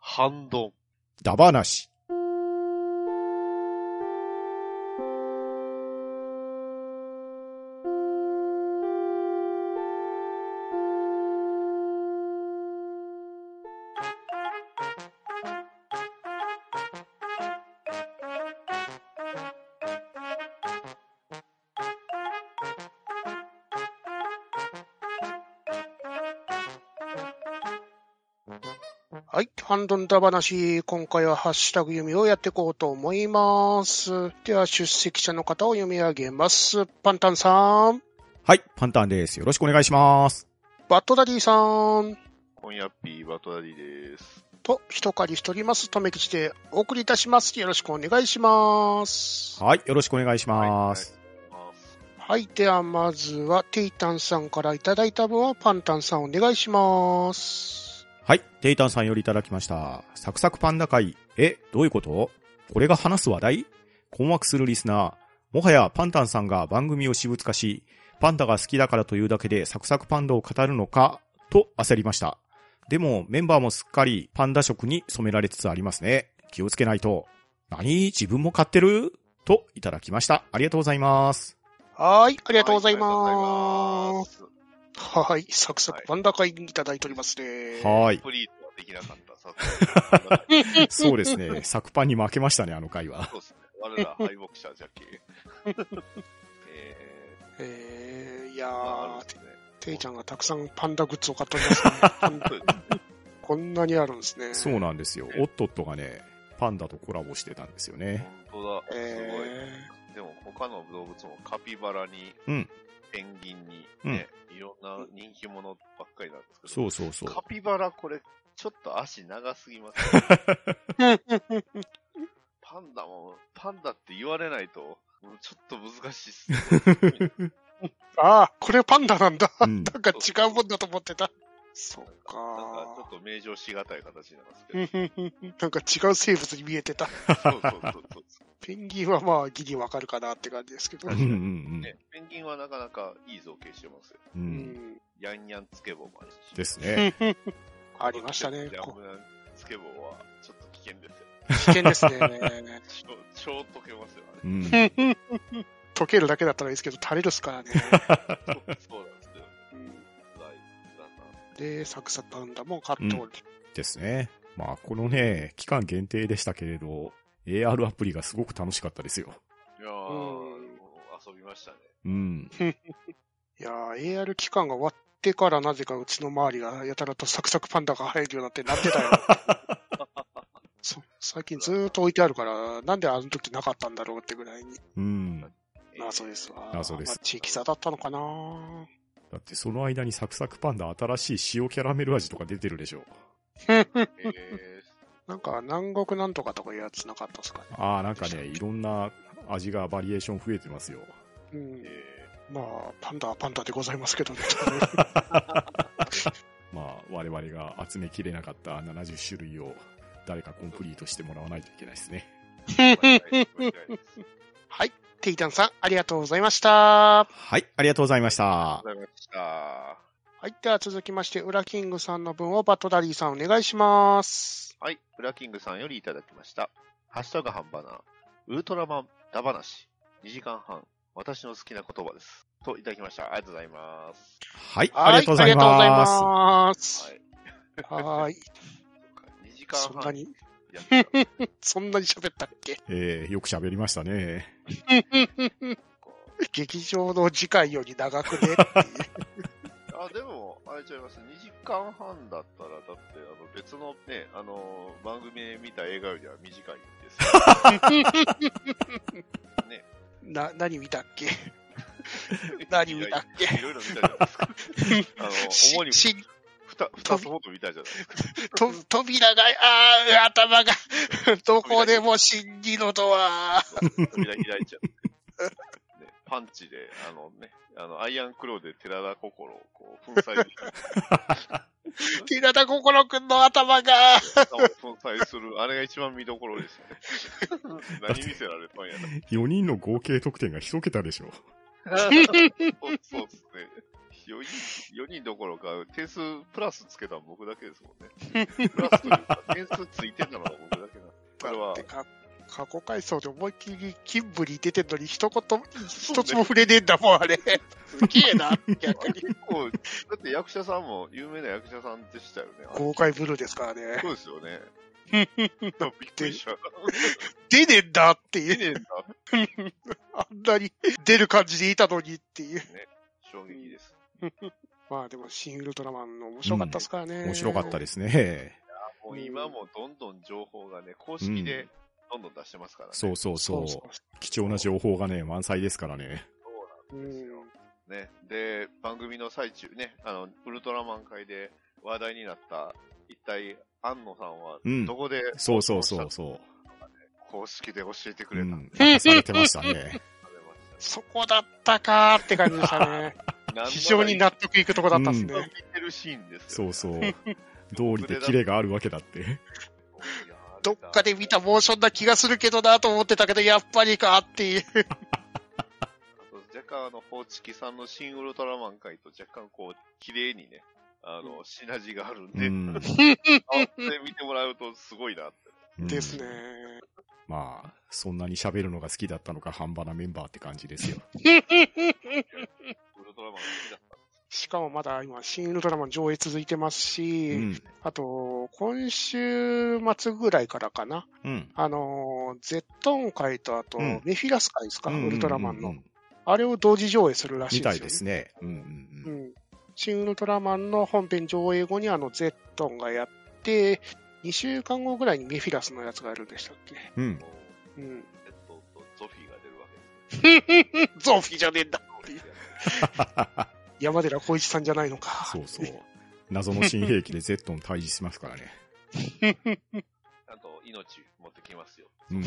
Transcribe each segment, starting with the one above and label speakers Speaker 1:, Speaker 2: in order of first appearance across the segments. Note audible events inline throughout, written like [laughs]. Speaker 1: 反動。
Speaker 2: ダバなし。
Speaker 3: はい。ハンドンダ話。今回はハッシュタグ読みをやっていこうと思います。では、出席者の方を読み上げます。パンタンさん、
Speaker 2: はい、パンタンです。よろしくお願いします。
Speaker 3: バットダディさん、
Speaker 1: 今夜ピーバトダディです。
Speaker 3: と、一借りしております。とめきちでお送りいたします。よろしくお願いします。
Speaker 2: はい、よろしくお願いします。
Speaker 3: はい。では、まずは、テイタンさんからいただいた分をパンタンさんお願いします。
Speaker 2: はい、テイタンさんよりいただきました。サクサクパンダ会。え、どういうことこれが話す話題困惑するリスナー。もはやパンタンさんが番組を私物化し、パンダが好きだからというだけでサクサクパンダを語るのか、と焦りました。でもメンバーもすっかりパンダ色に染められつつありますね。気をつけないと。何自分も買ってるといただきました。ありがとうございます。
Speaker 3: はい。あ
Speaker 1: あ
Speaker 3: りがとうございます。
Speaker 1: はありがとうございます。
Speaker 3: はい。サクサクパンダ会にいただいておりますね。
Speaker 2: はーい。
Speaker 1: プリートはできなかった。さすが
Speaker 3: [laughs]
Speaker 1: に
Speaker 2: [laughs] そうですね。サクパンに負けましたね、あの回は。
Speaker 1: そうですね。我ら敗北者じゃけ。え
Speaker 3: えー、いや
Speaker 1: ー、まあ、あ
Speaker 3: ー
Speaker 1: るん、ですね。
Speaker 3: ていちゃんがたくさんパンダグッズを買っておりますね。パンダ
Speaker 1: そうですね
Speaker 3: こんなにあるんですね。
Speaker 2: そうなんですよ。オットットがね、パンダとコラボしてたんですよね。
Speaker 1: 本当だ。すごい。
Speaker 3: え
Speaker 1: でも他の動物もカピバラに、
Speaker 2: うん
Speaker 1: ペンギンに、ね、いろんな人気者ばっかりなんですけど、
Speaker 2: そうそうそう。
Speaker 1: カピバラこれ、ちょっと足長すぎます、
Speaker 3: ー
Speaker 1: パンダも、パンダって言われないと、もうちょっと難しいっす、
Speaker 3: [laughs] [laughs] ああ、これパンダなんだ。
Speaker 2: うん、
Speaker 3: なんか違うもんだと思ってた。そうか
Speaker 1: なんかちょっと名称しがたい形なんですけど。
Speaker 3: なんか違う生物に見えてた。
Speaker 1: そうそうそうそう
Speaker 3: ペンギンはまあギリわかるかなって感じですけど
Speaker 2: うん。う。ん
Speaker 1: ね。ペンギンはなかなかいい造形してますよ。
Speaker 2: うんう
Speaker 3: うんん、
Speaker 1: ヤンヤンつけ棒もあるし。
Speaker 2: ですね。
Speaker 3: ありましたね
Speaker 1: ジャムヤンつけ棒はちょっと危険ですよ。
Speaker 3: 危険ですね。
Speaker 1: 超、超溶けますよ、あれ。
Speaker 2: うん
Speaker 3: 溶けるだけだったらいいですけど、垂れるっすからね。
Speaker 1: そうそうなんですけど、ね。
Speaker 3: うん
Speaker 1: ないなんか
Speaker 3: で、サクサクパンダも買っておる。
Speaker 2: ですね。まあ、このね、期間限定でしたけれど、AR アプリがすごく楽しかったですよ。
Speaker 1: いやー、
Speaker 3: うん
Speaker 1: もう遊びましたね。
Speaker 2: うん。
Speaker 3: いやー、AR 期間が終わってからなぜかうちの周りがやたらとサクサクパンダが入るようになってなってた
Speaker 2: [laughs]
Speaker 3: よ。そ最近ずーっと置いてあるから、なんであの時なかったんだろうってぐらいに。
Speaker 2: うん。
Speaker 3: 謎ですわ。
Speaker 2: 謎です
Speaker 3: まあ地域差だったのかな
Speaker 2: だってその間にサクサクパンダ新しい塩キャラメル味とか出てるでしょ。
Speaker 1: えー。え
Speaker 3: なんか、南国なんとかとかいうやつなかったですかね。
Speaker 2: ああ、なんかね、いろんな味がバリエーション増えてますよ。
Speaker 3: うん
Speaker 1: ー、。え
Speaker 3: まあ、パンダはパンダでございますけ
Speaker 2: [laughs]
Speaker 3: どね。
Speaker 2: まあ、我々が集めきれなかった70種類を誰かコンプリートしてもらわないといけないですね。
Speaker 1: ー、間違いない
Speaker 3: [laughs]
Speaker 1: 間違いないです。
Speaker 3: はい。テイタンさん、ありがとうございました。
Speaker 2: はい、ありがとうございまし
Speaker 1: あ
Speaker 2: た。
Speaker 1: りがとうございました。
Speaker 3: はい。では続きまして、ウラキングさんの分をバトダリーさんお願いします。
Speaker 1: はい、ブラキングさんよりいただきました。ハッシュタグハンバナー、ウルトラマンダバナシ、2時間半、私の好きな言葉です。といただきました。ありがとうございます。
Speaker 2: はい、ありがとうござい
Speaker 3: はいありが
Speaker 2: ま
Speaker 3: とう
Speaker 2: す
Speaker 3: ご。ざ
Speaker 1: は。い。
Speaker 3: いますはーい。
Speaker 1: 2時間
Speaker 3: そんな
Speaker 1: 半
Speaker 3: に、
Speaker 1: やってた。
Speaker 3: そんなに喋ったっ [laughs] け
Speaker 2: えー、よく喋りましたね。
Speaker 3: 劇場の次回より長く [laughs] ねっていう。
Speaker 1: あ、でも、あれちゃいます。2時間半だったら、だって、あの、別のね、あの、番組で見た映画よりは短いんですよ。ね。
Speaker 3: な、何見たっけ [laughs] 何見たっけ
Speaker 1: いろいろ見たじゃない
Speaker 3: [laughs]
Speaker 1: ですか。あの、
Speaker 3: し
Speaker 1: 主に
Speaker 3: し
Speaker 1: 二二つほど見たじゃないですか。
Speaker 3: と扉が、あー、頭が、どこでも真理のドア。
Speaker 1: 扉開いちゃって。ねパンチで、あのね、あの、アイアンクローで寺田心をこう、粉砕
Speaker 3: [laughs]
Speaker 1: できる、
Speaker 3: 寺田心くんの頭が。
Speaker 1: 粉砕する、あれが一番見どころですよ
Speaker 3: [laughs]
Speaker 1: ね。何見せられたんやな。
Speaker 2: 4人の合計得点が一桁でしょ。
Speaker 1: そうそうですね。4人、四人どころか、点数プラスつけたの僕だけですもんね。プラスというか、点数つい
Speaker 3: 過去回想で思いっきりキンブリ出てんのに一言、一つも触れねえんだもん、あ [laughs] れ。すげえな、逆に。
Speaker 1: 結構、だって役者さんも、有名な役者さんでしたよね。
Speaker 3: 豪快ブルーですから
Speaker 2: [laughs]
Speaker 3: ね。
Speaker 1: そうですよね。びっく [laughs] りした。
Speaker 3: 出ねえんだっていう。
Speaker 1: 出ねえんだ。
Speaker 3: あんなに出る感じでいたのにっていう。
Speaker 1: 衝撃です。
Speaker 3: まあでも、新ウルトラマンの面白かったですからね。
Speaker 2: 面白かったですね。
Speaker 1: もう今もどんどん情報がね、公式でどんどん出してますからね。
Speaker 2: そうそう
Speaker 3: そ
Speaker 2: そうう。
Speaker 3: そ
Speaker 2: 貴重な情報がね、満載ですからね。
Speaker 3: う。うん
Speaker 1: ね。で、番組の最中ね、あの、ウルトラマン界で話題になった、一体、安野さんは
Speaker 2: う、ん
Speaker 1: どこで、
Speaker 2: そうそうそうそう。
Speaker 1: 公式で教えてく
Speaker 2: う
Speaker 1: れたん
Speaker 2: ん
Speaker 1: で。
Speaker 2: 明かされてましたね。
Speaker 3: そこだったかーって感じで
Speaker 2: [laughs]
Speaker 3: したね。非常に納得いくとこだったんです
Speaker 1: 得
Speaker 3: ね。
Speaker 1: いてるシーンですよ、
Speaker 2: そうそう。道理でキレがあるわけだって。
Speaker 1: いやー
Speaker 3: どっかで見たモーションな気がするけどなと思ってたけど、やっぱりかっていう。
Speaker 1: あと若干あの、ホーチキさんの新ウルトラマン界と若干こう、綺麗にね、あの、シナジーがあるん
Speaker 2: う
Speaker 1: で、[laughs]
Speaker 2: ん。
Speaker 1: あって見てもらうとすごいなって。
Speaker 2: うん
Speaker 3: ですね。
Speaker 2: まあ、そんなに喋るのが好きだったのか、半端なメンバーって感じですよ。
Speaker 1: ウルトラマン好きだったんです
Speaker 3: しかもまだ今、新ウルトラマン上映続いてますし、
Speaker 2: うん。
Speaker 3: あと、今週末ぐらいからかな。
Speaker 2: うん。
Speaker 3: あのー、ゼットン会とあと、
Speaker 2: うん
Speaker 3: メフィラス会ですか、
Speaker 2: うん
Speaker 3: ウルトラマン
Speaker 2: う
Speaker 3: の
Speaker 2: ん。
Speaker 3: あれを同時上映するらし
Speaker 2: み
Speaker 3: いで
Speaker 2: た
Speaker 3: す
Speaker 2: い
Speaker 3: よ、
Speaker 2: ですね。うんう
Speaker 3: うんん。新ウルトラマンの本編上映後にあの、ゼットンがやって、2週間後ぐらいにメフィラスのやつがやるんでしたっけ
Speaker 2: うん。うん
Speaker 1: け。ど、
Speaker 2: [laughs]
Speaker 3: うん。
Speaker 1: えっと、ゾフィーが出るわけ
Speaker 3: ゾフィーじゃねえんだ。
Speaker 1: ですね。
Speaker 3: 山寺宏一さんじゃないのか。
Speaker 2: そうそう。謎の新兵器でゼットン退治しますからね。
Speaker 1: ちゃんと命持ってきますよ。
Speaker 2: うん。
Speaker 3: [laughs] い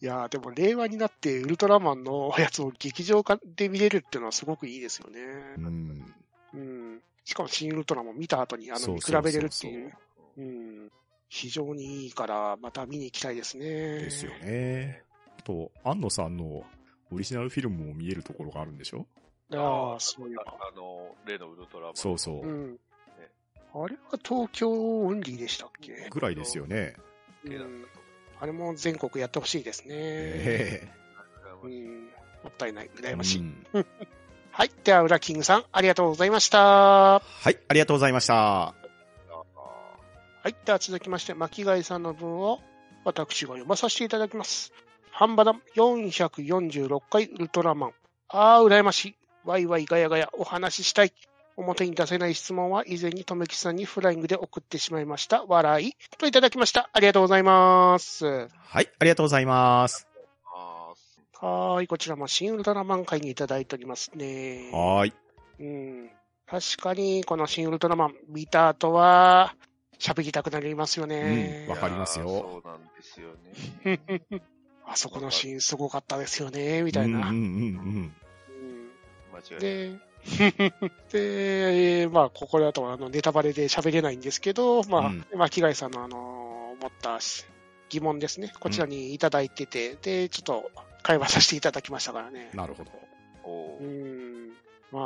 Speaker 3: やーでも令和になってウルトラマンのやつを劇場化で見れるっていうのはすごくいいですよね。
Speaker 2: うん。
Speaker 3: うん。しかも新ウルトラマン見た後にあの
Speaker 2: そう
Speaker 3: 見比
Speaker 2: そうそうそう
Speaker 3: べれるっていう。うん。非常にいいから、また見に行きたいですね。
Speaker 2: ですよね。あと、安野さんのオリジナルフィルムも見えるところがあるんでしょ
Speaker 3: ああ、そういえば。
Speaker 1: ああの、例のウルトラマン。
Speaker 2: そうそうう。
Speaker 3: ん。あれは東京オンリーでしたっけ、
Speaker 2: ぐらいですよね。
Speaker 3: う
Speaker 1: 系だったと
Speaker 3: ん、あれも全国やってほしいですね。
Speaker 2: え
Speaker 1: 思
Speaker 3: う
Speaker 1: います
Speaker 3: ん。もったいない。
Speaker 2: え
Speaker 3: 羨ましい。
Speaker 2: うん
Speaker 3: はい。では、ウラキングさん、ありがとうございました。
Speaker 2: はい、ありがとうございました。
Speaker 3: はい。では続きまして、巻貝さんの文を私が読まさせていただきます。ハンバダム446回ウルトラマン。あー、羨ましい。ワイワイガヤガヤお話ししたい。表に出せない質問は以前にとめきさんにフライングで送ってしまいました。笑い。といただきました。ありがとうございます。は
Speaker 2: はい、ありがとうございます。
Speaker 1: あー
Speaker 3: ーい。こちらも新ウルトラマン会にいただいておりますね。
Speaker 2: はーい。
Speaker 3: うん。確かに、この新ウルトラマン見た後は、喋りたくなりますよね。
Speaker 2: うんわかりますよ
Speaker 1: いやーそうなんですよ
Speaker 3: [laughs]
Speaker 1: ね。
Speaker 3: あそこのシーンすごかったですよね、みたい
Speaker 2: うん
Speaker 3: な。
Speaker 2: うん
Speaker 1: 間違い
Speaker 3: うん
Speaker 1: ない。
Speaker 3: で、 [laughs] で、まあ、ここだとあのネタバレで喋れないんですけど、まあ、
Speaker 2: うん
Speaker 3: 巻貝さんのあの、思ったし疑問ですね、こちらにいただいてて、で、ちょっと会話させていただきましたからね
Speaker 2: うん。。なるほど。
Speaker 1: お
Speaker 3: う
Speaker 1: ー
Speaker 3: ん。ま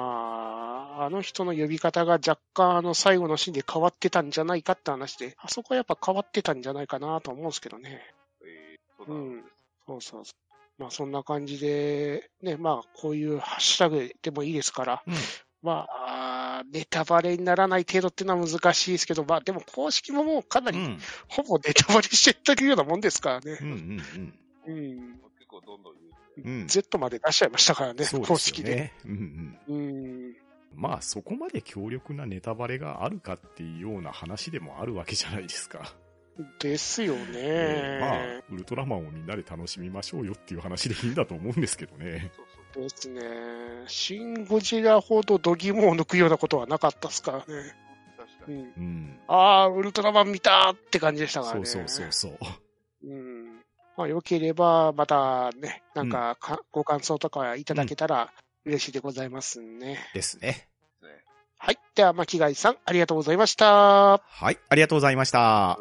Speaker 3: あ、あの人の呼び方が若干あの最後のシーンで変わってたんじゃないかって話で、あそこはやっぱ変わってたんじゃないかなと思うんですけどね。
Speaker 1: えーそうなんです。
Speaker 3: そうそうそう。まあそんな感じで、ね、まあこういうハッシュタグでもいいですから、
Speaker 2: うん
Speaker 3: まあ、あーネタバレにならない程度っていうのは難しいですけど、まあでも公式ももうかな
Speaker 2: う
Speaker 3: り、
Speaker 2: ん。
Speaker 3: ほぼネタバレしてってるようなもんですから
Speaker 2: う
Speaker 3: ね。
Speaker 2: んうん
Speaker 3: うん。
Speaker 1: もう結構どんどん言う。
Speaker 2: うんうん。
Speaker 3: Z まで出しちゃいましたからね、
Speaker 2: そう
Speaker 3: 公
Speaker 2: です
Speaker 3: 式
Speaker 2: よ
Speaker 3: で。
Speaker 2: ね。うんうん。
Speaker 3: うん。
Speaker 2: まあそこまで強力なネタバレがあるかっていうような話でもあるわけじゃないですか。
Speaker 3: ですよね。
Speaker 2: まあウルトラマンをみんなで楽しみましょうよっていう話でいいんだと思うんですけどね。 [laughs]
Speaker 1: そうそう。
Speaker 3: ですね。シン・ゴジラほど度肝を抜くようなことはなかったですからね。
Speaker 1: 確か
Speaker 3: う
Speaker 1: に。
Speaker 3: ん、
Speaker 2: うん。
Speaker 3: ああ、ウルトラマン見たって感じでしたから
Speaker 2: そ
Speaker 3: ね。
Speaker 2: うそうそうそう。
Speaker 3: うん。まあ、良ければ、またね、なんかか、ご感想とかいただけたら嬉しいでございますね。
Speaker 2: ですね。
Speaker 1: ね。
Speaker 3: はい。では、巻貝さん、ありがとうございました。
Speaker 2: はい、ありがとうございました。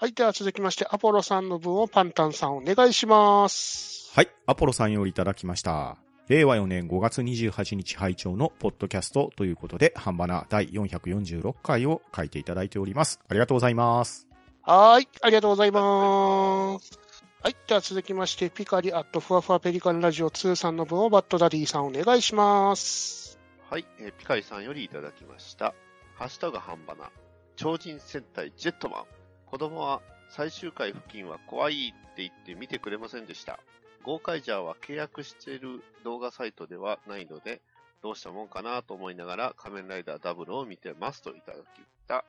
Speaker 3: はい。では、続きまして、アポロさんの分をパンタンさんお願いします。
Speaker 2: はい、アポロさんよりいただきました。令和4年5月28日拝聴のポッドキャストということで、ハンバナ第446回を書いていただいております。ありがとうございます。
Speaker 3: はーい、ありがとうございます。はい、では続きまして、ピカリアットふわふわペリカンラジオ2さんの分をバッドダディさんお願いします。
Speaker 1: はい、えーピカリさんよりいただきました。ハッシュタグ半ばな。超人戦隊ジェットマン。子供は最終回付近は怖いって言って見てくれませんでした。ゴーカイジャーは契約している動画サイトではないので、どうしたもんかなと思いながら仮面ライダーダブルを見てますといただきた、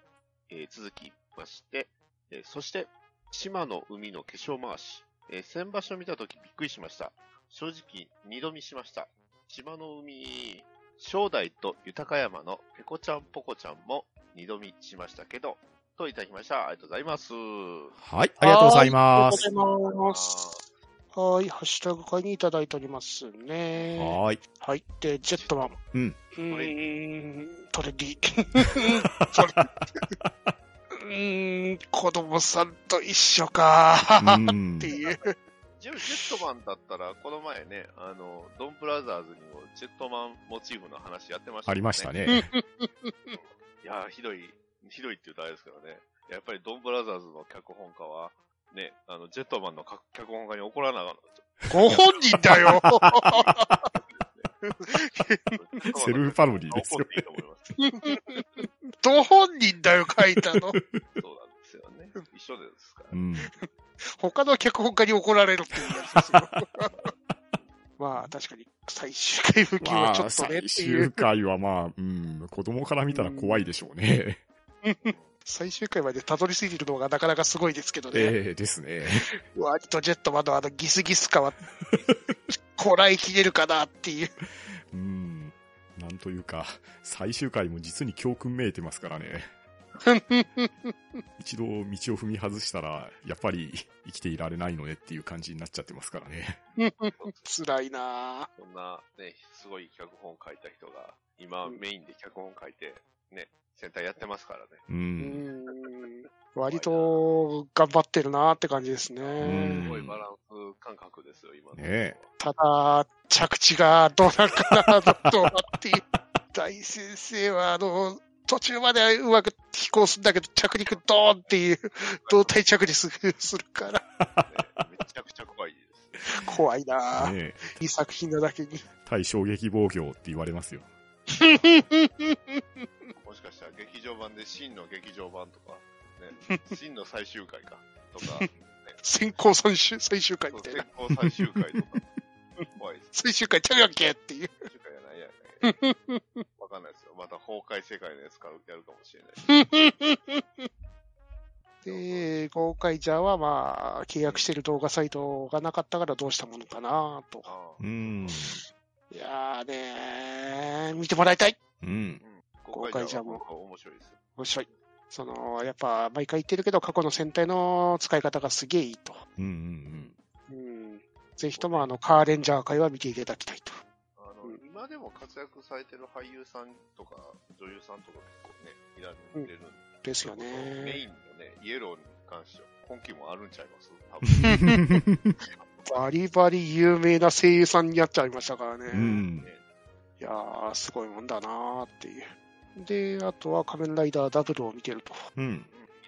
Speaker 1: えー続きまして、えーそして、島の海の化粧回し。えー先場所見たときびっくりしました。正直二度見しました。島の海、正代と豊山のペコちゃんポコちゃんも二度見しましたけど、といただきました。ありがとうございます。
Speaker 2: はい、ありがとうございます。
Speaker 3: はーいありがとうございます。はーい、ハッシュタグ会にいただいておりますね。
Speaker 2: はーい。
Speaker 3: はい、で、ジェットマン。
Speaker 2: うん。
Speaker 3: う
Speaker 2: [laughs]
Speaker 3: ーん、トレディ。トレうーん、子供さんと一緒
Speaker 2: う
Speaker 3: か。
Speaker 2: ん
Speaker 3: [laughs] っ
Speaker 2: [laughs]
Speaker 3: て。いう。
Speaker 1: ジェジェットマンだったら、この前ね、あの、ドンブラザーズにもジェットマンモチーフの話やってました、
Speaker 2: ありました。
Speaker 3: [laughs]
Speaker 2: ね。
Speaker 1: いやー、ひどい、ひどいって言うとあれですけどね。やっぱりドンブラザーズの脚本家は、ね、あの、ジェットマンのか脚本家に怒らなか [laughs] った。
Speaker 3: ご本人だよ。
Speaker 2: [laughs] セルフパロディですよ
Speaker 1: 怒っていいと思います。
Speaker 3: [laughs] ど本人だよ、書いたの。
Speaker 1: そうなんですよね。一緒ですから
Speaker 2: う。ん。
Speaker 3: 他の脚本家に怒られるっていうやつですよ。
Speaker 2: [laughs]
Speaker 3: まあ、確かに、最終回付近
Speaker 2: ま
Speaker 3: はちょ
Speaker 2: あ、
Speaker 3: っとねっ
Speaker 2: 最
Speaker 3: ていう
Speaker 2: 終。回はまあ、うん、子供から見たら怖いでしょうね。
Speaker 3: 最終回までたどり着いてるのがなかなかすごいですけど
Speaker 2: [laughs]
Speaker 3: ね。
Speaker 2: ええですね。
Speaker 3: 割とジェットマンのあのギスギス感は、こらえきれるかなっていう。
Speaker 2: うん。なんというか、最終回も実に教訓めいてますからね。
Speaker 3: [laughs]
Speaker 2: 一度道を踏み外したら、やっぱり生きていられないのねっていう感じになっちゃってますからね。
Speaker 3: 辛いな
Speaker 1: そんな、ね、すごい脚本書いた人が、今メインで脚本書いて、ね、戦隊やってますからね。
Speaker 2: う。
Speaker 3: ぁ。うんん。割と頑張ってるなぁって感じです
Speaker 2: うん
Speaker 3: ね。
Speaker 1: すごいバランス感覚ですよ、今の。
Speaker 2: ね
Speaker 3: ただ、着地がどうなんかなと、どうなっていう。大先生は、あの、途中まではうまく飛行するんだけど、着陸ドーンっていう、胴体着地するするか
Speaker 1: ね
Speaker 3: ら、
Speaker 1: めちゃくちゃ怖いです。
Speaker 3: 怖いなぁ。
Speaker 2: ねえ
Speaker 3: いい作品なだけに。
Speaker 2: 対衝撃防御って言われますよ。
Speaker 1: もしかしたら劇場版で真の劇場版とか、ね、真の最終回か、と
Speaker 3: [laughs]
Speaker 1: か、
Speaker 3: 先行最終最終回
Speaker 1: そう
Speaker 3: みた
Speaker 1: 先行最
Speaker 3: いな。
Speaker 1: 終回とか、怖いです。
Speaker 3: 最終回ちゃうやんけっていう。
Speaker 1: 最終回じゃないやね。わかんないですよ。また崩壊世界のやつからやるかもしれないし。
Speaker 3: で、ゴーカイジャーはまあ、契約してる動画サイトがなかったからどうしたものかなと。
Speaker 1: ああ
Speaker 2: うん。
Speaker 3: いやーねー、見てもらいたい
Speaker 2: うん。
Speaker 1: 公開じゃも面白いですよ。
Speaker 3: 面白い。その、やっぱ、毎回言ってるけど、過去の戦隊の使い方がすげえいいと。
Speaker 2: うんうん
Speaker 3: うん。ぜひとも、あの、カーレンジャー界は見ていただきたいと。
Speaker 1: あの、
Speaker 3: うん
Speaker 1: 今でも活躍されてる俳優さんとか、女優さんとか結構ね、いられるんで、
Speaker 3: ですよ
Speaker 1: メ
Speaker 3: ね。
Speaker 1: インのね、イエローに関しては、今期もあるんちゃいます多
Speaker 2: う
Speaker 1: 分。
Speaker 2: ん。
Speaker 3: バリバリ有名な声優さんになっちゃいましたからね。
Speaker 2: うん。
Speaker 1: ね
Speaker 3: いやー、すごいもんだなーっていう。で、あとは仮面ライダーダブルを見てると。
Speaker 2: うん。
Speaker 1: うん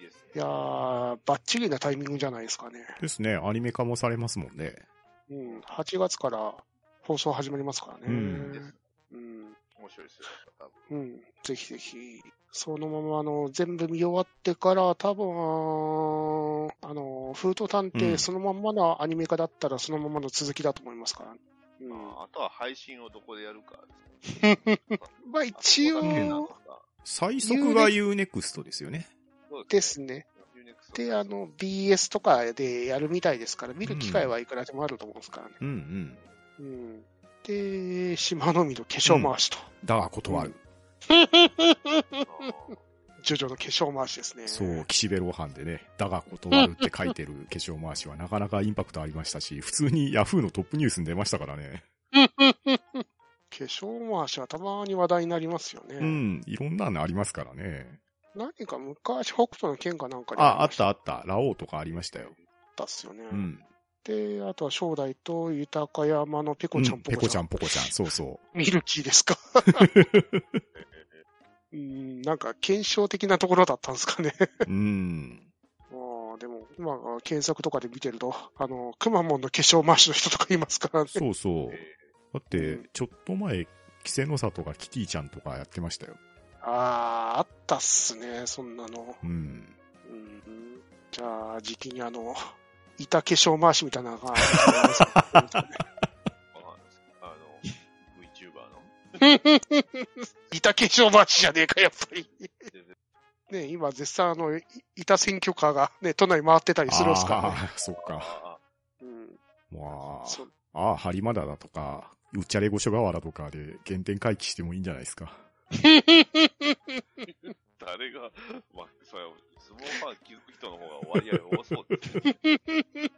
Speaker 1: いいです
Speaker 3: い
Speaker 1: ね。
Speaker 3: やー、バッチリなタイミングじゃないですかね。
Speaker 2: ですね。アニメ化もされますもんね。
Speaker 3: うん。8月から放送始まりますからね。
Speaker 2: う
Speaker 1: いいで
Speaker 2: ん
Speaker 1: す
Speaker 3: うん。
Speaker 1: 面白いですよ。多分
Speaker 3: うん。ぜひぜひ。そのまま、あの、全部見終わってから、多分、あの、フート探
Speaker 2: う
Speaker 3: 偵、
Speaker 2: ん
Speaker 3: そのまんまのアニメ化だったら、そのままの続きだと思いますから。うん。
Speaker 1: まあ、あとは配信をどこでやるかですね。
Speaker 3: まあ、一
Speaker 1: あとは関係な
Speaker 3: 応
Speaker 1: の、か
Speaker 2: 最速が UNEXT ですよね。
Speaker 1: そう
Speaker 3: で
Speaker 1: です
Speaker 3: すね。
Speaker 1: ね。
Speaker 3: で、あの、BS とかでやるみたいですから、見る機会はいくらでもあると思うんですからね。
Speaker 2: うんうん。
Speaker 3: うん。で、島の海の化粧回しと。
Speaker 2: だが断る。
Speaker 3: [laughs]
Speaker 1: あー
Speaker 3: ジョジョの化粧回しですね。
Speaker 2: そう、。岸辺露伴でね、だが断るって書いてる化粧回しはなかなかインパクトありましたし、普通にヤフーのトップニュースに出ましたからね。
Speaker 3: 化粧回しはたまに話題になりますよね。
Speaker 2: うん、いろんなのありますからね。
Speaker 3: 何か昔、北斗の剣かなんかに
Speaker 2: あ、あっ
Speaker 3: あ
Speaker 2: たあった。ラオウとかありましたよ。
Speaker 3: ったっすよね。
Speaker 2: うん。
Speaker 3: で、あとは正代と豊山のペコちゃん、
Speaker 2: うんペコちゃ
Speaker 3: ん。
Speaker 2: ん、ポコちゃん。そうそ
Speaker 3: ミルキーで
Speaker 2: [laughs]
Speaker 3: すか。うん、なんか、検証的なところだったんですかね。
Speaker 2: う。うん。
Speaker 3: も検索とかで見てると、あの、くまモンの化粧回しの人とかいますからね。
Speaker 2: そうそう。だって
Speaker 3: う、
Speaker 2: ちょっと前、稀勢の里がキティちゃんとかやってましたよ。
Speaker 3: あー、あったっすね、そんなの。
Speaker 2: うん。
Speaker 3: うん、じゃあ、時期にあの、板化粧回しみたいなのがあ [laughs] るんですよ
Speaker 1: あの、VTuber の。
Speaker 3: 板化粧回しじゃねえか、やっぱり。ね、今、絶賛あの、い板選挙カーがね、都内回ってたりするんですから、
Speaker 2: あ
Speaker 3: ね。
Speaker 2: ーそっか。
Speaker 1: あ
Speaker 3: うん、
Speaker 2: ま
Speaker 3: そ
Speaker 2: あ、ああ、ハリマダだとか、うっちゃれ御所河原とかで原点回帰してもいいんじゃないですか。
Speaker 1: あ誰が、まあ、それは相撲ファン気づく人の方が割合多そうですね。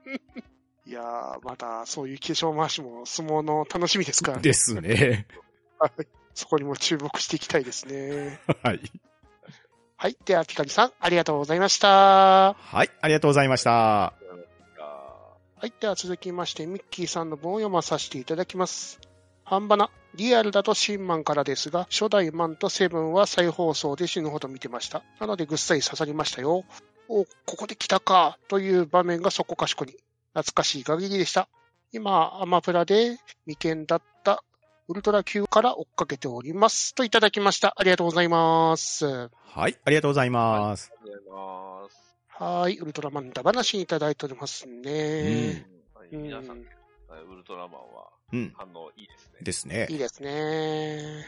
Speaker 3: いやー、また、そういう化粧回しも相撲の楽しみですからね。
Speaker 2: ですね。
Speaker 3: はいそこにも注目していきたいですね。
Speaker 2: [laughs] はい。
Speaker 3: はい。では、ピカリさん、ありがとうございました。
Speaker 2: はい、ありがとうございました。
Speaker 1: あ
Speaker 3: はい。では続きまして、ミッキーさんの文を読まさせていただきます。半ばな。リアルだと新マンからですが、初代マンとセブンは再放送で死ぬほど見てました。なのでぐっさり刺さりましたよ。お、ここで来たか、という場面がそこかしこに。懐かしい限りでした。今、アマプラで未見だったウルトラ Q から追っかけております。といただきました。ありがとうございます。
Speaker 2: はい、ありがとうございます。
Speaker 1: りがとうございます。
Speaker 3: はい、ウルトラマンだ話にいただいておりますね。
Speaker 1: はい
Speaker 3: うん
Speaker 1: 皆さん、ウルトラマンは
Speaker 2: うん。
Speaker 1: 反応いいですね。
Speaker 2: ですね
Speaker 3: いい。ですね。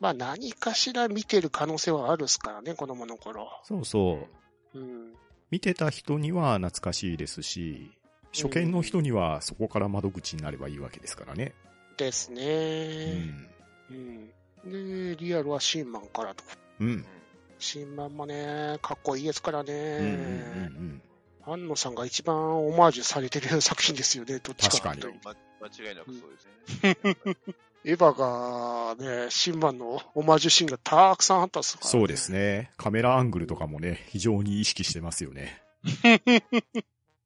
Speaker 3: まあ何かしら見てる可能性はあるっすからね、子供の頃。
Speaker 2: そうそう。
Speaker 3: うん。
Speaker 2: 見てた人には懐かしいですし、初見の人にはそこから窓口になればいいわけですからね。
Speaker 3: です
Speaker 2: う
Speaker 3: ね。
Speaker 2: ん。
Speaker 3: うん。で、リアルはシンマンからと。
Speaker 2: う
Speaker 1: うん
Speaker 2: ん。
Speaker 3: シンマンもね、かっこいいですから
Speaker 2: うん。うん。うんう
Speaker 3: ね。
Speaker 2: ん。
Speaker 3: 安野さんが一番オマージュされてる作品ですよね、どっちかっていうと
Speaker 2: 確か。
Speaker 1: ま間違いなくそうです
Speaker 3: [laughs]
Speaker 1: ね。
Speaker 3: エヴァがね、シンマンのオマージュシーンがたくさんあったっすから、
Speaker 2: そうです。ね。カメラアングルとかもね、非常に意識してますよね。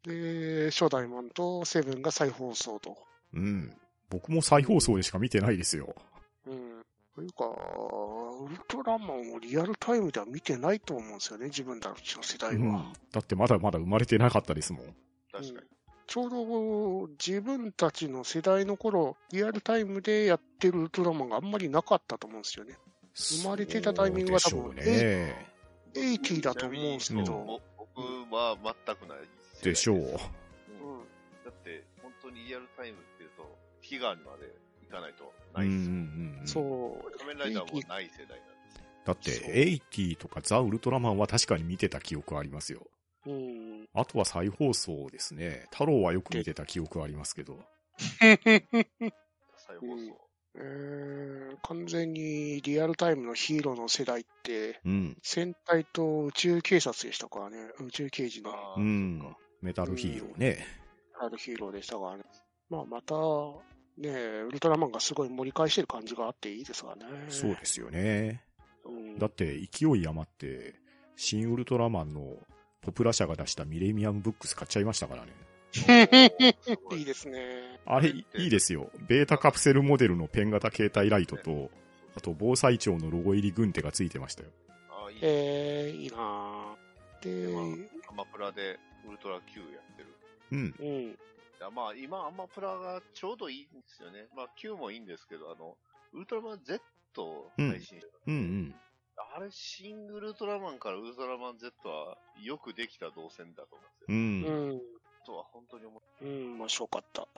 Speaker 3: で、初代マンとセブンが再放送と。
Speaker 2: うん。僕も再放送でしか見てないですよ。
Speaker 3: うん。というか、ウルトラマンをリアルタイムでは見てないと思うんですよね、自分たちの世代は。
Speaker 2: うんだってまだまだ生まれてなかったですもん。
Speaker 1: 確かに。
Speaker 3: ちょうど自分たちの世代の頃、リアルタイムでやってるウルトラマンがあんまりなかったと思うんですよね。生まれてたタイミングが多分
Speaker 2: そうでしょうね。
Speaker 3: 80だと思うんです
Speaker 1: ち
Speaker 3: け
Speaker 1: なみ
Speaker 3: ど。
Speaker 1: にぼ僕は全くない世代す
Speaker 2: でしょう。
Speaker 1: うん
Speaker 3: うん
Speaker 1: だって、本当にリアルタイムっていうと、悲願まで行かないと
Speaker 2: う
Speaker 1: なんい
Speaker 2: うん
Speaker 1: ですよ。
Speaker 2: うんうん
Speaker 3: そう。
Speaker 1: 仮面ライダーもない世代なんですよ。
Speaker 2: だって、80とかザ・ウルトラマンは確かに見てた記憶ありますよ。
Speaker 3: うん。
Speaker 2: あとは再放送ですね。太郎はよく見てた記憶はありますけど。
Speaker 1: 再放送。
Speaker 3: えー完全にリアルタイムのヒーローの世代って、
Speaker 2: うん。
Speaker 3: 戦隊と宇宙警察でしたからね。宇宙刑事の。
Speaker 1: あ
Speaker 2: う
Speaker 1: ー
Speaker 2: ん。メタルヒーローね。
Speaker 3: あるヒーローでしたからね。まあ、また、ねえ、ウルトラマンがすごい盛り返してる感じがあっていいですわね。
Speaker 2: そうですよね。
Speaker 3: うん
Speaker 2: だって、勢い余って、新ウルトラマンのポプラ社が出したミレミアムブックス買っちゃいましたからね。
Speaker 1: そうか
Speaker 3: いいですね。
Speaker 2: あれ、いいですよ。ベータカプセルモデルのペン型携帯ライトと、あと防災庁のロゴ入り軍手がついてましたよ。
Speaker 1: あーいいね
Speaker 3: えー、いいなぁで、
Speaker 1: アマプラでウルトラ Q やってる。
Speaker 2: うん。
Speaker 3: うん。
Speaker 1: いやまあ今、アマプラがちょうどいいんですよね。まあ Q もいいんですけど、あの、ウルトラマン Z を配信してる、
Speaker 2: うんうん。
Speaker 1: あれ、シングルウルトラマンからウルトラマン Z はよくできた動線だと思うんですよ。
Speaker 2: う。
Speaker 3: うんん。
Speaker 1: とは本当に思っ
Speaker 3: うん、面白かった。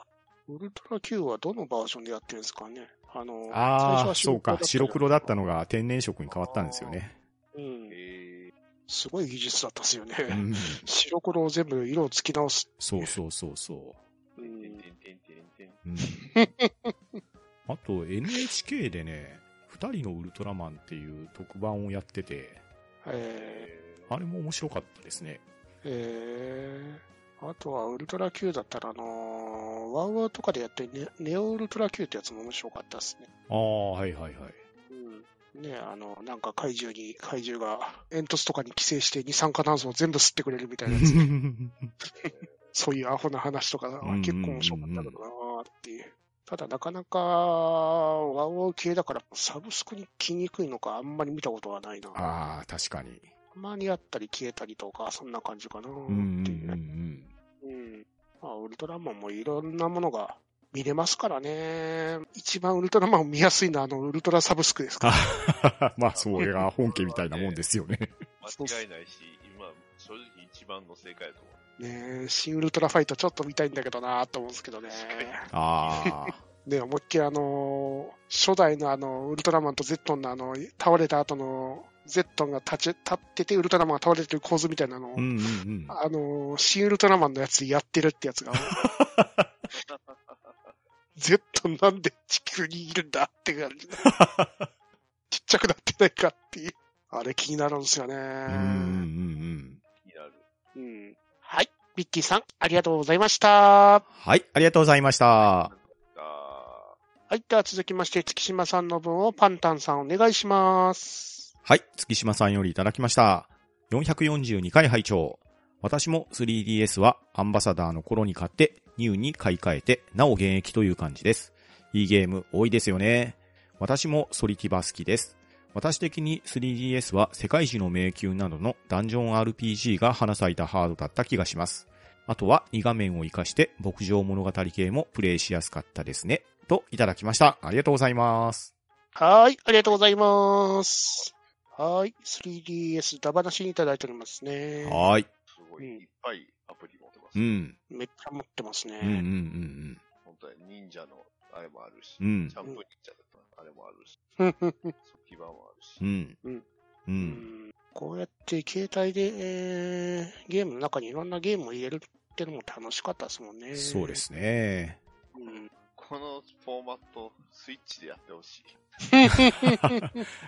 Speaker 3: ウルトラ Q はどのバージョンでやってるんですかねあの、
Speaker 2: あ
Speaker 3: 最初
Speaker 2: あ、
Speaker 3: は
Speaker 2: そうか。白黒だったの
Speaker 3: が。
Speaker 2: が天然色に変わったんですよね。
Speaker 3: うん
Speaker 1: て。。えー、
Speaker 3: すごい技術だったですよね。
Speaker 2: うん。
Speaker 3: 白黒を全部色を付き直す。
Speaker 2: そうそうそうそ
Speaker 3: うん
Speaker 1: てん
Speaker 3: ん
Speaker 1: てんてんてんてん
Speaker 2: う。 [laughs] うん、あと NHK でね、二人のウルトラマンっていう特番をやってて、
Speaker 3: え
Speaker 1: え
Speaker 3: ー
Speaker 1: ー
Speaker 2: あれも面白かったですね。
Speaker 3: えー、あとはウルトラ Q だったら、あのーワウワウとかでやってるネネオウルトラ Q ってやつも面白かったですね。
Speaker 2: ああ、はいはい [laughs] はい。。
Speaker 3: うん。ねあの、なんか怪獣に、怪獣が煙突とかに寄生して二酸化炭素を全部吸ってくれるみたいなやつ
Speaker 2: [laughs]
Speaker 3: そういうアホな話とかが
Speaker 2: うんうんうんうん
Speaker 3: 結構面白かったのかなっていう。ただなかなか、ワウワウ系だからサブスクに来にくいのかあんまり見たことはないな。た
Speaker 2: ああ、確かに。
Speaker 3: まにあったり消えたりとか、そんな感じかなって
Speaker 2: うんうんうんう
Speaker 3: いう。
Speaker 2: ん。 [laughs]
Speaker 3: うんうん。まあ、ウルトラマンもいろんなものが見れますからね。一番ウルトラマンを見やすいのは、あの、ウルトラサブスクですか。
Speaker 2: まあ、それが本家みたいなもんですよね。
Speaker 1: 間違いないし、今、正直一番の正解だと思う。
Speaker 3: ねえ、新ウルトラファイトちょっと見たいんだけどなと思うんですけどね。
Speaker 2: ああ。 [laughs]
Speaker 3: ね思いっきりあのー、初代のあの、ウルトラマンとゼットンのあの、倒れた後の、ゼットンが立ち、立ってて、ウルトラマンが倒れてる構図みたいなのを、
Speaker 2: うんうんうん。
Speaker 3: あのー、新ウルトラマンのやつでやってるってや
Speaker 2: [laughs]
Speaker 3: つが、ゼットンなんで地球にいるんだって感じ。ちっちゃくなってないかっていう。あれ気になるんですよね。
Speaker 2: うんうんうん。
Speaker 1: 気になる。
Speaker 3: うんはい。ミッキーさん、ありがとうございました。
Speaker 2: はい、ありがとうございました。
Speaker 1: あ
Speaker 3: はい。では続きまして、月島さんの分をパンタンさんお願いします。
Speaker 2: はい、月島さんよりいただきました。442回拝聴。私も 3DS はアンバサダーの頃に買って、ニューに買い替えて、なお現役という感じです。いいゲーム多いですよね。私もソリティバ好きです。私的に 3DS は世界史の迷宮などのダンジョン RPG が花咲いたハードだった気がします。あとは2画面を活かして牧場物語系もプレイしやすかったですね。といただきました。ありがとうございます。
Speaker 3: はい。ありがとうございます。はい。3DS ダバなしにいただいておりますね。
Speaker 2: はーい。
Speaker 1: ーすご
Speaker 3: うん
Speaker 1: い、いっぱいアプリ持ってます。
Speaker 2: うん。
Speaker 3: めっちゃ持ってますね。
Speaker 2: うんうんうんうん。
Speaker 1: 本当に忍者のあれもあるし、
Speaker 2: うん
Speaker 1: シャンプー忍者だったあれもあるし、基盤もあるし、
Speaker 2: うん。
Speaker 3: うん。
Speaker 2: う。
Speaker 3: うんんこうやって携帯で、えーゲームの中にいろんなゲームを入れるってのも楽しかったですもんね。
Speaker 2: そうで。すね。
Speaker 3: うん、
Speaker 1: このフォーマット、スイッチでやってほしい。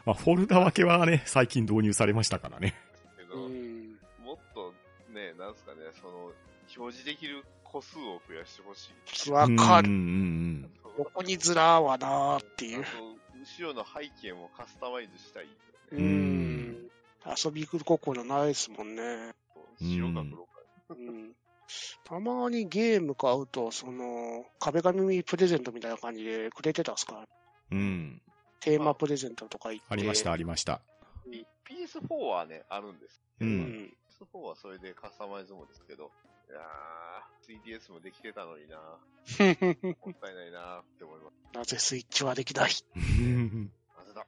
Speaker 2: まあ、フォルダ分けはね、最近導入されましたからね。
Speaker 1: けど、
Speaker 3: うん
Speaker 1: もっとね、なんすかね、その、表示できる個数を増やしてほしい。
Speaker 3: わか
Speaker 2: う
Speaker 3: る。
Speaker 2: んうん
Speaker 3: ここにずらーはなーって
Speaker 1: あ
Speaker 3: いう
Speaker 1: と。、後ろの背景もカスタマイズしたい。
Speaker 3: う
Speaker 2: うん
Speaker 3: ん。遊び来る心じゃないですもんね。
Speaker 1: 白か黒か。
Speaker 3: うん。たまにゲーム買うと、その、壁紙プレゼントみたいな感じでくれてたっすか
Speaker 2: うん。うん。
Speaker 3: テーマプレゼントとか言って。
Speaker 2: ありました、ありました。
Speaker 1: い PS4 はね、あるんです。
Speaker 2: う。
Speaker 3: うんん。
Speaker 1: PS4 はそれでカスタマイズもですけど、いやー、3DS もできてたのになもったいないなって思います。
Speaker 3: [laughs] なぜスイッチはできない [laughs]
Speaker 1: なぜだ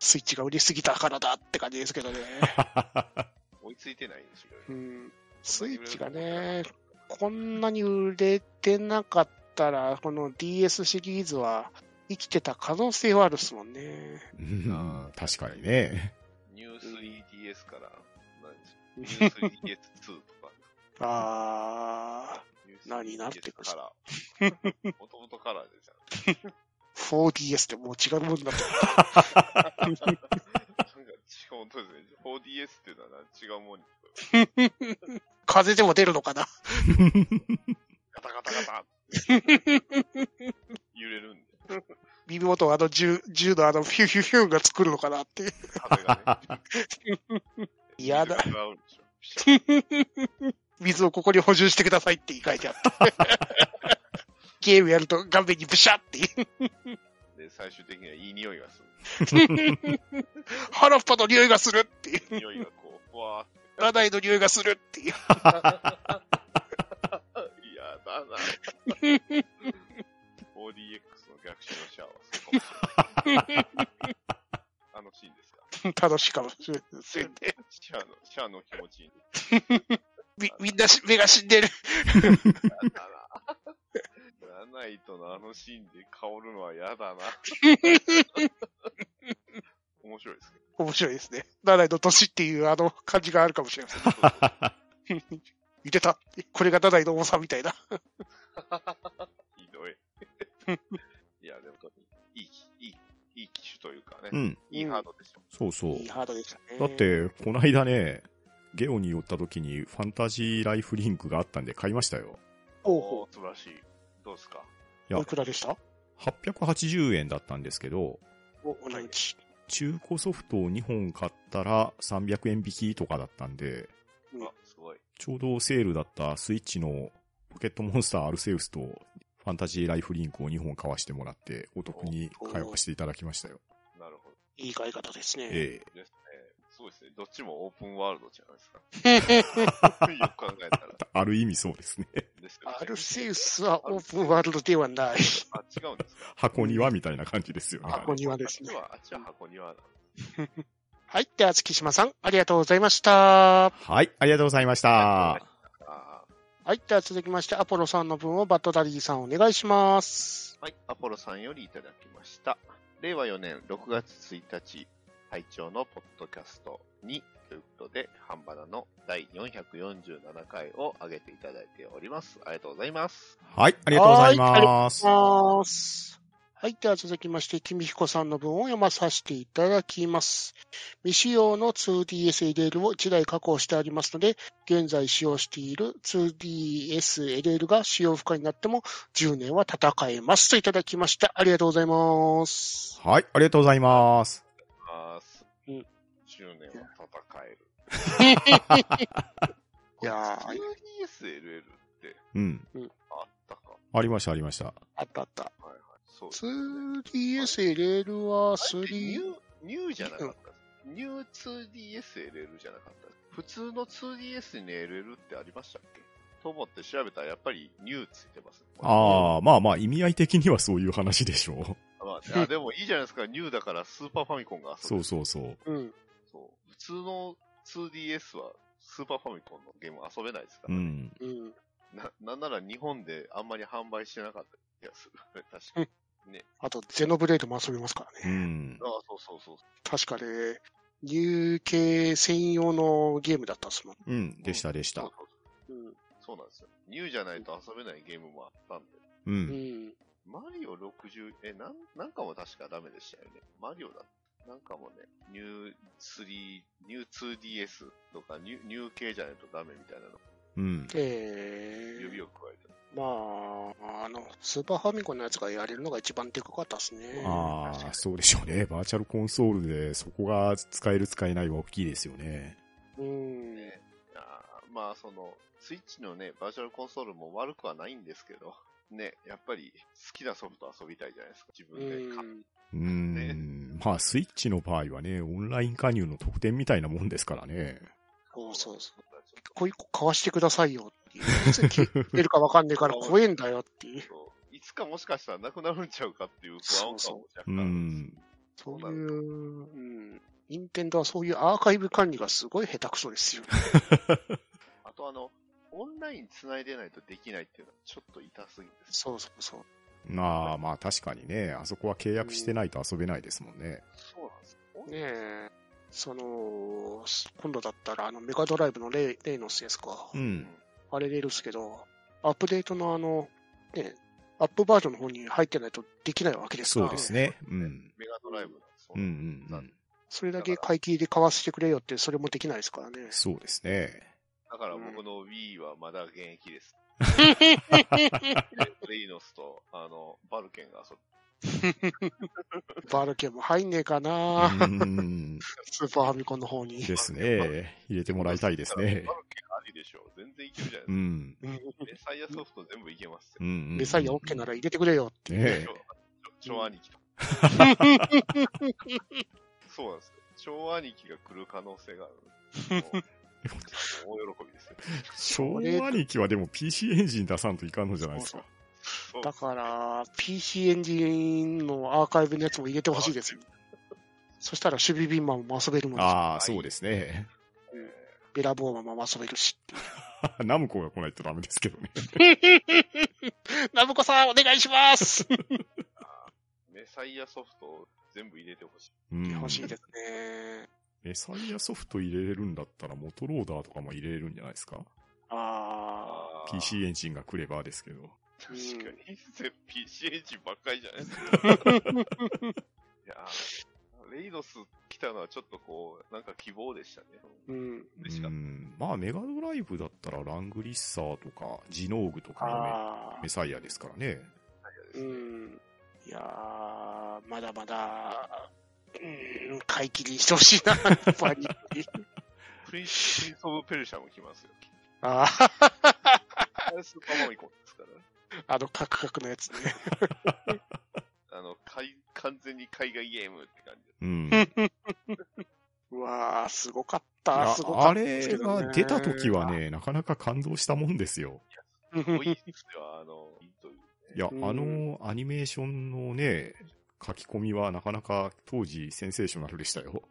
Speaker 3: スイッチが売りすぎたからだって感じですけ
Speaker 2: [laughs]
Speaker 3: どね。
Speaker 1: 追いついてないんですよ。
Speaker 3: うん。スイッチがね、こんなに売れてなかったら、この DS シリーズは生きてた可能性はあるっすもんね。
Speaker 2: うん確かに [laughs] ね。
Speaker 1: ニュー 3DS から、何でしょう。ニュー 3DS2 とか。
Speaker 3: あ
Speaker 1: ニュース
Speaker 3: 何になってくる
Speaker 1: カラー。もともとカラーでじゃん。
Speaker 3: ー、4DS ってもう違うもんだと。
Speaker 1: なんか、しかもそうですね、4DS っていうのはな違うもんに。
Speaker 3: 風邪でも出るのかな
Speaker 1: ガタガタガ
Speaker 3: [laughs]
Speaker 1: タ揺れるんで、
Speaker 3: 耳元をあの銃、銃のあのフィュフィュフィュが作るのかなって。
Speaker 1: 風がね。
Speaker 3: [laughs] 嫌だ。
Speaker 1: 水が合うんでしょピシャッ
Speaker 3: 水をここに補充してくださいって書いてあった。ゲームやると顔面にブシャって。
Speaker 1: で、最終的にはいい匂いがす
Speaker 3: 腹っぱの匂いがするっていう。
Speaker 1: る。匂いがこう、ふわ
Speaker 3: ライの匂いがするっていう。
Speaker 1: ーって。いや
Speaker 3: [laughs]
Speaker 1: だな。4DX の逆襲のシャワーはそうかもしれない。あのシーンですか
Speaker 3: 楽しいかもしれませんね。
Speaker 1: シャアの、シャアの気持ちいい。
Speaker 3: み、みんなし目が死んでる。
Speaker 1: やだな。ラナイトのあのシーンで香るのはや
Speaker 3: [laughs]
Speaker 1: だな。面白いですけ
Speaker 3: 面白いですね。ラダイの年っていうあの感じがあるかもしれません。入れた。これがラダイの重さみたいな。
Speaker 1: ど、ひ
Speaker 3: [laughs]
Speaker 1: どい。いや、でも、いい、いい、いい機種というかね、
Speaker 2: うん。
Speaker 1: いいハードでしょ。
Speaker 2: そうそう
Speaker 3: いい。ハードでしたね。
Speaker 2: だっ。て、こないだね、ゲオに寄った時にファンタジーライフリンクがあったんで買いましたよ。
Speaker 3: おう
Speaker 1: お
Speaker 3: ほ。
Speaker 1: ー素晴らしい。どうですか
Speaker 2: いうや
Speaker 3: おいくらでした
Speaker 2: 880円だったんですけど、
Speaker 3: お、お値打ち。
Speaker 2: 中古ソフトを2本買ったら300円引きとかだったんで、
Speaker 3: うん
Speaker 1: あ、すごい。
Speaker 2: ちょうどセールだったスイッチのポケットモンスターアルセウスとファンタジーライフリンクを2本買わしてもらってお得に買わしていただきましたよ。
Speaker 1: なるほど。
Speaker 3: いい買い方ですね。
Speaker 2: ええ。
Speaker 3: [laughs]
Speaker 1: ですね。そうですね。どっちもオープンワールドじゃないですか。
Speaker 3: へへへ
Speaker 1: よく考えたら。
Speaker 2: あある意味そうですね。
Speaker 1: ですけど
Speaker 3: アルセウスはオープンワールドではない。
Speaker 1: あ、違うんですか。
Speaker 2: 箱庭みたいな感じですよね。
Speaker 3: 箱庭です
Speaker 1: あっ
Speaker 3: ね
Speaker 1: ち。は、あっちは箱庭なんで
Speaker 3: はい。では、月島さん、ありがとうございました。
Speaker 2: はい、ありがとうございまし
Speaker 1: あ
Speaker 2: た。
Speaker 1: すか。
Speaker 3: はい。では、続きまして、アポロさんの分をバッドダディさんお願いします。
Speaker 1: はい、アポロさんよりいただきました。令和4年6月1日、拝聴のポッドキャスト2ということで、ハンバナの第447回を上げていただいております。ありがとうございます。
Speaker 2: はい、ありがとうございます。
Speaker 3: ます。はい。では、続きまして、君彦さんの分を読まさせていただきます。未使用の 2DSLL を1台確保してありますので、現在使用している 2DSLL が使用不可になっても10年は戦えます。といただきました。ありがとうございます。
Speaker 2: はい、ありがとうございます。
Speaker 1: あす
Speaker 3: うん
Speaker 1: 10年は戦える。
Speaker 3: [laughs] いやー
Speaker 1: 2DSLL って
Speaker 2: うん。
Speaker 1: あったか。
Speaker 2: ありました、ありました。
Speaker 3: あったあった。
Speaker 1: そうですね。
Speaker 3: 2DSLL
Speaker 1: あ
Speaker 3: は
Speaker 1: れニュ
Speaker 3: 3、
Speaker 1: ー、ニューじゃなかった。ニュー 2DSLL じゃなかった。普通の 2DS に LL ってありましたっけと思って調べたらやっぱりニューついてます。
Speaker 2: ああ、まあまあ、意味合い的にはそういう話でしょう。
Speaker 1: まあ、いやでもいいじゃないですか、ニューだからスーパーファミコンが
Speaker 2: そう
Speaker 1: そ
Speaker 2: そうそう。
Speaker 3: うん。
Speaker 1: う普通の 2DS はスーパーファミコンのゲーム遊べないですか
Speaker 2: う
Speaker 1: ら、
Speaker 2: ん。
Speaker 3: うん。
Speaker 1: ななんなら日本であんまり販売してなかった気がする。確かに。
Speaker 3: あと、ゼノブレードも遊びますから
Speaker 2: う
Speaker 3: ね。
Speaker 2: ん。
Speaker 1: ああ、そうそうそう。
Speaker 3: 確かね、入系専用のゲームだったっすもん。
Speaker 2: うん。でした、でし
Speaker 1: そ
Speaker 2: た
Speaker 1: う。そう
Speaker 3: うん。
Speaker 1: そうなんですよ。ニューじゃないと遊べないゲームもあったんで。
Speaker 2: う。
Speaker 3: うんん。
Speaker 1: マリオ60、え、なん、なんかも確かダメでしたよね。マリオだ。なんかもね、ニュー3、ニュー 2DS とかニュー、ニュー系じゃないとダメみたいなの、
Speaker 2: うん。
Speaker 3: え
Speaker 1: 指を加えて。
Speaker 3: まあ、あの、スーパーファミコンのやつがやれるのが一番でかかったっすね。
Speaker 2: ああ、そうでしょうね。バーチャルコンソールでそこが使える使えないは大きいですよね。
Speaker 3: うん。
Speaker 1: ねあーまあ、その、スイッチのね、バーチャルコンソールも悪くはないんですけど、ね、やっぱり好きなソフト遊びたいじゃないですか。自
Speaker 3: う
Speaker 1: 分で買っ
Speaker 3: ん。
Speaker 2: うーん。まあ、スイッチの場合はね、オンライン加入の特典みたいなもんですからね。
Speaker 3: そうそうそう。
Speaker 1: た。
Speaker 3: 一個一個買わしてくださいよっていう。いつ消えるかわかんねえ [laughs] から怖えんだよっていう。
Speaker 1: そういつかもしかしたらなくなるんちゃうかっていう不安感も若干
Speaker 2: う
Speaker 1: あるんです
Speaker 2: ん。
Speaker 3: そういう、うん。任天堂はそういうアーカイブ管理がすごい下手くそですよ。
Speaker 1: あとあの、オンライン繋いでないとできないっていうのはちょっと痛すぎです。
Speaker 3: そうそうそう。
Speaker 2: まあまあ、確かにね、あそこは契約してないと遊べないですもんね。
Speaker 1: そうなんですよ。オン
Speaker 3: ねえ、その、今度だったら、あの、メガドライブのレイレイノスですか。
Speaker 2: うん。
Speaker 3: あれ出るっすけど、アップデートのあの、ねえ、アップバージョンの方に入ってないとできないわけです
Speaker 2: そ
Speaker 3: から。
Speaker 2: うですね。うん。
Speaker 1: メガドライブなんですよ
Speaker 2: うんうんうん。
Speaker 3: それだけ会計で買わせてくれよって、それもできないですからね。
Speaker 2: そうですね。
Speaker 1: だから僕の Wii はまだ現役です。レイノスと、あの、バルケンが遊ぶ。
Speaker 3: バルケンも入んねえか
Speaker 2: う
Speaker 3: な、
Speaker 2: ーん。
Speaker 3: スーパーファミコンの方に。
Speaker 2: ですね。入れてもらいたいですね
Speaker 1: バ。ルケンありでしょ。全然いけるじゃないうで
Speaker 2: ん。
Speaker 3: うん
Speaker 1: すか。メサイアソフト全部いけます
Speaker 2: うん
Speaker 1: よ。
Speaker 2: うん。
Speaker 3: メサイア OK なら入れてくれよって。
Speaker 2: ねえ
Speaker 1: 超超兄貴と。そうなんですよ。超兄貴が来る可能性がある。もう大喜びですよ。
Speaker 2: 昭和兄貴はでも PC エンジン出さんといかんのじゃないですか。
Speaker 1: そう
Speaker 3: だから、PC エンジンのアーカイブのやつも入れてほしいですよ。そしたら守備ビンマンも遊べるもんね
Speaker 2: ああ、そうですね。 [laughs]
Speaker 3: ベラボーマンも遊べるし。
Speaker 2: ナムコが来ないとダメですけどね。
Speaker 3: ナムコさん、お願いします
Speaker 1: メサイアソフトを全部入れてほしい。
Speaker 2: うん
Speaker 3: 欲しいですね。
Speaker 2: メサイアソフト入れれるんだったら、モトローダーとかも入れれるんじゃないですか
Speaker 3: ああ。
Speaker 1: あー
Speaker 2: ?PC エンジンが来ればですけど。
Speaker 1: 確かに、 [laughs] 全 PC エンジンばっかりじゃないですか。
Speaker 3: [laughs]
Speaker 1: いやーレイノス来たのはちょっとこう、なんか希望でしたね。
Speaker 3: うん。
Speaker 1: 嬉しか
Speaker 2: う
Speaker 1: っ
Speaker 2: ん。まあ、メガドライブだったら、ラングリッサーとか、ジノーグとかも
Speaker 3: あ
Speaker 2: ね
Speaker 3: あ
Speaker 2: メ。サイアですからね。
Speaker 1: たで
Speaker 3: う
Speaker 1: すね。
Speaker 3: ん。いやー、まだまだ、うん、買い切りしてほしいな、やっぱ [laughs] り。
Speaker 1: プリンス、プリンスオブペルシャも来ますよ。
Speaker 3: あー
Speaker 1: あれスーパーマミコンですからね。
Speaker 3: あの、カクカクのやつね。
Speaker 1: あの、かい完全に海外ゲームって感じ。
Speaker 2: うん。
Speaker 3: うわー、すごかっ
Speaker 2: い
Speaker 3: た。
Speaker 2: や
Speaker 3: すごか
Speaker 2: あ
Speaker 3: ったです
Speaker 2: れ
Speaker 3: けどね、
Speaker 2: が出た時はね、なかなか感動したもんですよ。
Speaker 1: す
Speaker 3: [laughs]
Speaker 1: ごいですよ、あの、いいという
Speaker 2: いや、あ
Speaker 3: うん
Speaker 2: のアニメーションのね、書き込みはなかなか当時センセーショナルでしたよ。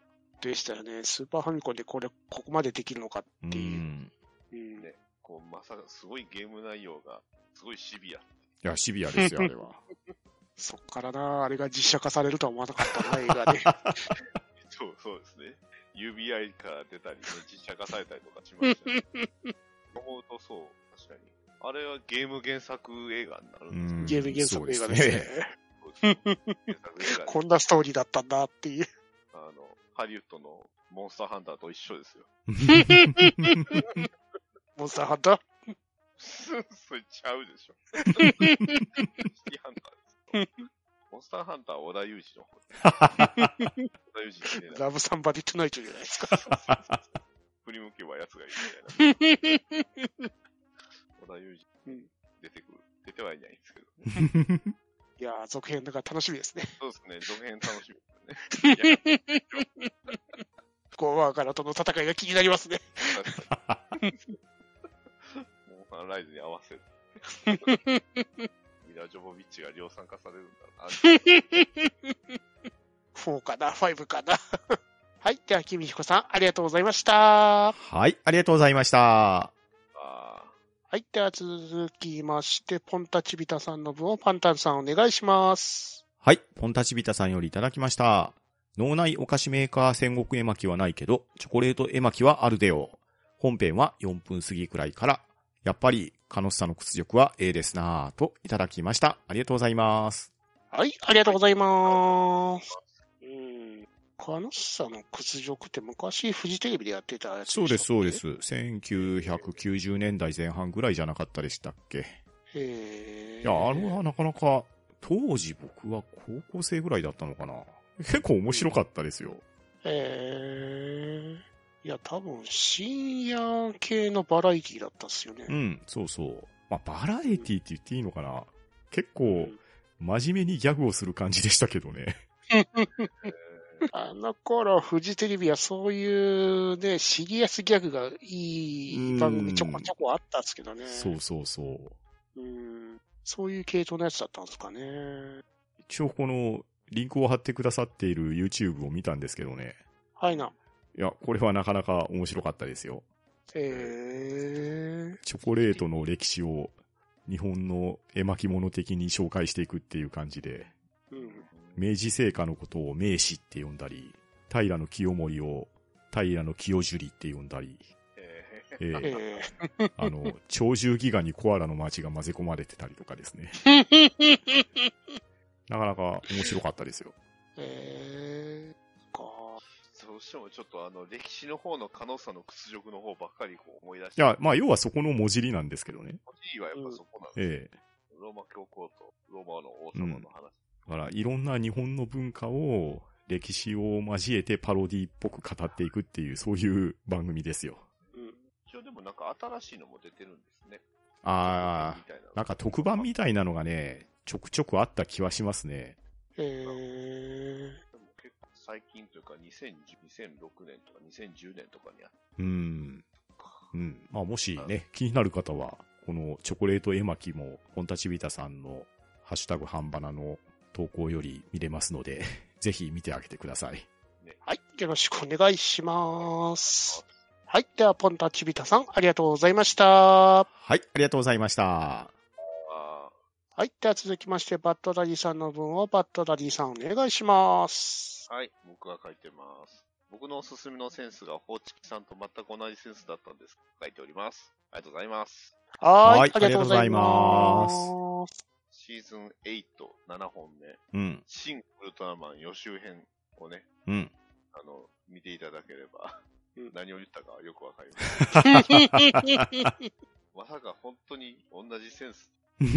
Speaker 3: でしたよね。スーパーファミコンでこれ、ここまでできるのか
Speaker 2: う
Speaker 3: っていう。
Speaker 2: ん。
Speaker 3: うん
Speaker 1: ねこう、まさか、すごいゲーム内容が、すごいシビア。
Speaker 2: いや、シビアですよ、あれは。
Speaker 3: そっからな、あれが実写化されるとは思わなかったな、映 [laughs] 画で。
Speaker 1: そう、そうですね。UBI から出たり、ね、実写化されたりとかしましたね、思うとそう、確かに。あれはゲーム原作映画になる
Speaker 2: うん
Speaker 1: です
Speaker 2: ん
Speaker 3: ゲーム原作映画
Speaker 2: そう
Speaker 3: で
Speaker 2: ですす
Speaker 3: ね
Speaker 2: ね。。
Speaker 1: けど、原作映画で
Speaker 3: こんなストーリーだったんだっていう。
Speaker 1: あの、ハリウッドのモンスターハンターと一緒ですよ。 [laughs]
Speaker 3: モンスターハンター
Speaker 1: それちゃうでしょ。 [laughs] シティハンターですよ。モンスターハンターは織田裕二の方。織田裕二じゃねえ
Speaker 3: [laughs]
Speaker 1: な
Speaker 3: ラブサンバディトゥナイトじゃないです [laughs] か。
Speaker 1: 振り向けば奴がいるみたいな。織田裕二
Speaker 3: うん
Speaker 1: 出てくる。出てはいないんですけど。
Speaker 3: いやー、続編だから楽しみですね。
Speaker 1: そうですね、続編楽しみ
Speaker 3: [laughs]
Speaker 1: ですね。いや
Speaker 3: ゴーワーからとの戦いが気になりますね。
Speaker 1: モンハンライズに合わせる。ミラ・ジョボビッチが量産化されるんだな。
Speaker 3: 4かな ?5 かなはい。では、君彦さん、ありがとうございました。
Speaker 2: はい、ありがとうございました。
Speaker 1: あ
Speaker 3: はい。では、続きまして、ポンタチビタさんの分をパンタンさんお願いします。
Speaker 2: はい、ポンタチビタさんよりいただきました。脳内お菓子メーカー戦国絵巻はないけど、チョコレート絵巻はあるでよ。本編は4分過ぎくらいから、やっぱり、カノスさんの屈辱は A ですなぁといただきました。ありがとうございます。
Speaker 3: はい。ありがとうございます。うん。カノッサの屈辱って昔、フジテレビでやってたやつ
Speaker 2: そうで
Speaker 3: した
Speaker 2: す、
Speaker 3: っけ
Speaker 2: そうで。す。1990年代前半ぐらいじゃなかったでしたっけ。
Speaker 3: へえ。
Speaker 2: いや、あれはなかなか、当時僕は高校生ぐらいだったのかな。結構面白かったですよ。
Speaker 3: えー、いや、多分深夜系のバラエティだったっすよね。
Speaker 2: うん、そうそう。まあ、バラエティって言っていいのかな。結構、真面目にギャグをする感じでしたけどね。
Speaker 3: あの頃、フジテレビはそういうね、シリアスギャグがいい番組ちょこちょこあったっすけどね。
Speaker 2: そうそうそう。
Speaker 3: うん。そういう系統のやつだったんですかね。
Speaker 2: 一応この、リンクを貼ってくださっている YouTube を見たんですけどね。
Speaker 3: はいな。
Speaker 2: いや、これはなかなか面白かったですよ。
Speaker 3: えー、
Speaker 2: チョコレートの歴史を日本の絵巻物的に紹介していくっていう感じで、
Speaker 3: うん。
Speaker 2: 明治聖火のことを明治って呼んだり、平の清盛を平の清樹って呼んだり、
Speaker 1: え
Speaker 2: えー
Speaker 3: え
Speaker 2: あの、鳥獣ギガにコアラの街が混ぜ込まれてたりとかですね。なかなか面白かったですよ。
Speaker 3: ー、えー、か。
Speaker 1: ーどうしてもちょっとあの、歴史の方の可能さの屈辱の方ばっかりこう思い出し
Speaker 2: い
Speaker 1: て。
Speaker 2: や、まあ、要はそこの文字りなんですけどね。
Speaker 1: いいはやっぱそこなんですよ、
Speaker 2: ええ
Speaker 1: ローマ教皇とローマの王様の話。
Speaker 2: だから、いろんな日本の文化を、歴史を交えてパロディっぽく語っていくっていう、そういう番組ですよ。
Speaker 3: うん。
Speaker 1: 一応でもなんか新しいのも出てるんですね。
Speaker 2: あ
Speaker 1: みたいな
Speaker 2: あ、なんか特番みたいなのがね、ちょくちょくあった気はしますね。
Speaker 3: えー、
Speaker 1: でも結構最近というか2010 2006年とか2010年とかにあっ
Speaker 2: うん。うん。まあ、もしね、気になる方は、このチョコレート絵巻も、ホンタチビタさんの、ハッシュタグ半ばなの投稿より見れますので、ぜひ見てあげてください。
Speaker 3: はい。よろしくお願いします。はい。では、ポンタチビタさん、ありがとうございました。
Speaker 2: はい、ありがとうございました。
Speaker 1: あ
Speaker 3: はい。では続きまして、バッドダディさんの分をバッドダディさんお願いします。
Speaker 1: はい、僕が書いてます。僕のおすすめのセンスが、ホーチキさんと全く同じセンスだったんです。書いております。ありがとうございます。
Speaker 3: はーい。
Speaker 2: はい
Speaker 3: ありがとうございます。
Speaker 1: シーズン8、7本目、
Speaker 2: うん、
Speaker 1: 新ウルトラマン予習編をね、
Speaker 2: うん。
Speaker 1: あの、見ていただければ
Speaker 3: うん、
Speaker 1: 何を言ったかよくわかります。
Speaker 3: [laughs]
Speaker 1: まさか本当に同じセンスに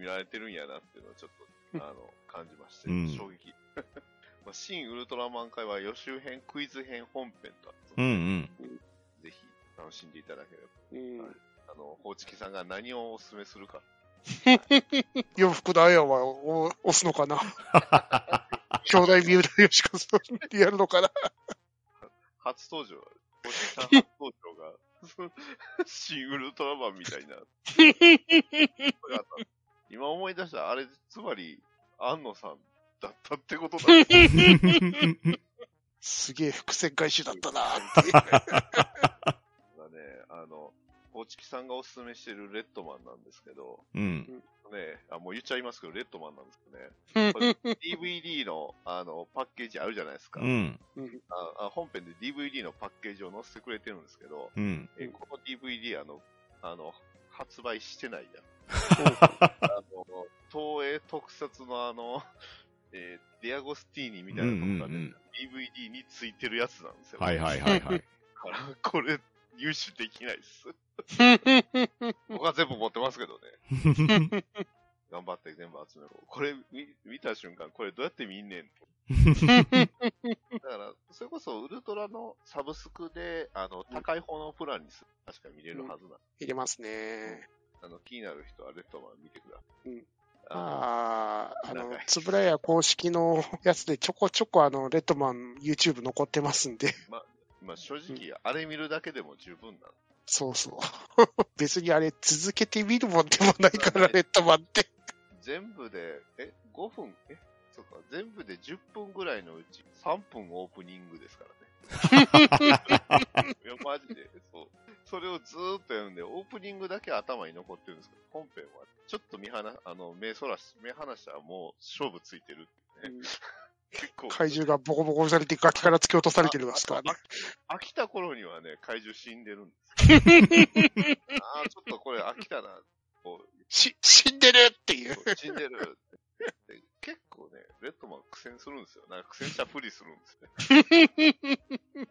Speaker 1: 見られてるんやなっていうのをちょっと、あの、感じまして、
Speaker 2: うん
Speaker 1: 衝撃。 [laughs] まあ、新ウルトラマン界は予習編、クイズ編、本編とある
Speaker 2: うん、うん。
Speaker 1: ぜひ楽しんでいただければ。
Speaker 3: うん
Speaker 1: あの、ホーチキさんが何をお勧めするか。
Speaker 3: 洋服のあやはお押すのかな兄弟三浦よしかさんやるのかな
Speaker 1: 初登場、おじさん初登場が、シンウルトラマンみたいな。今思い出した、あれ、つまり、安野さんだったってことだ。
Speaker 3: すげえ伏線回収だったな
Speaker 1: がね、あの、大月さんがおすすめしてるレッドマンなんですけど、
Speaker 2: うん。
Speaker 1: ね、あ、もう言っちゃいますけど、レッドマンなんですけどね、
Speaker 3: って。
Speaker 1: DVD の、あの、パッケージあるじゃないですか。
Speaker 2: うん。
Speaker 1: ああ本編で DVD のパッケージを載せてくれてるんですけど、
Speaker 2: うん。
Speaker 1: えこの DVD、あの、あの、発売してないや。あの、東映特撮のあの、えーディアゴスティーニみたいなのが
Speaker 2: うんうんう
Speaker 1: ね
Speaker 2: ん、
Speaker 1: DVD についてるやつなんですよ。
Speaker 2: はいはいはいはい。
Speaker 1: だから、これ、入手できないです。僕は全部持ってますけどね。頑張って全部集めろ。これ見、見た瞬間、これどうやって見んねんと。だから、それこそウルトラのサブスクで、あの、高い方のプランにす確か見れるはずなんで、
Speaker 3: 入れますね。
Speaker 1: あの、気になる人はレッドマン見てください。
Speaker 3: うん
Speaker 1: あ
Speaker 3: ああ、あの
Speaker 1: 長い、
Speaker 3: つぶらや公式のやつでちょこちょこあの、レッドマン YouTube 残ってますんで。
Speaker 1: ーまあ、正直、あれ見るだけでも十分なんで
Speaker 3: そうそう。 [laughs] 別にあれ続けて見るもんでもないから、レッドマンって。
Speaker 1: 全部で、え、5分、え、そっか、全部で10分ぐらいのうち3分オープニングですからね。いや、マジで、そう。それをずーっとやるんで、オープニングだけ頭に残ってるんですけど、本編は、ちょっと見放、あの、目そらし、目離したらもう勝負ついてるっていうね。結構。
Speaker 3: 怪獣がボコボコにされてガキから突き落とされてるますからね。
Speaker 1: 飽きた頃にはね、怪獣死んでるんですけど。ああ、ちょっとこれ飽きたな。こう、
Speaker 3: し、死んでるっていう。
Speaker 1: 死んでるって。で結構ね、レッドマン苦戦するんですよ。なんか苦戦したふりするんですね。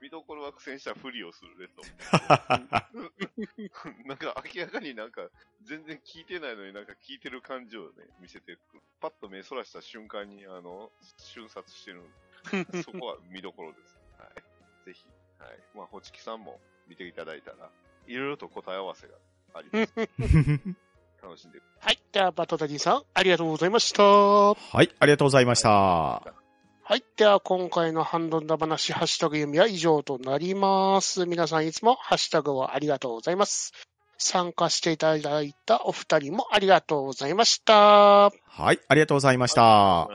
Speaker 1: 見どころは苦戦したふりをするレッドマン。なんか明らかになんか全然聞いてないのになんか聞いてる感じをね、見せてくる。パッと目そらした瞬間にあの、瞬殺してるんで。そこは見どころです。はい。ぜひ、はい。まあ、ホチキさんも見ていただいたら、いろいろと答え合わせがあります。楽しんで
Speaker 3: はい。では、バトダディさん、ありがとうございました。は
Speaker 2: はい、ありがとうございました。
Speaker 3: い。では、今回のハンドンダ話、ハッシュタグ読みは以上となります。皆さんいつもハッシュタグをありがとうございます。参加していただいたお二人もありがとうございました。
Speaker 2: はい、ありがとうございました。
Speaker 1: あ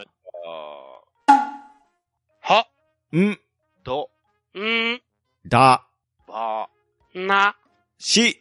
Speaker 3: は、
Speaker 2: ん、
Speaker 1: ーど、
Speaker 3: ん、
Speaker 2: だ、
Speaker 1: ば、
Speaker 3: な、
Speaker 2: し、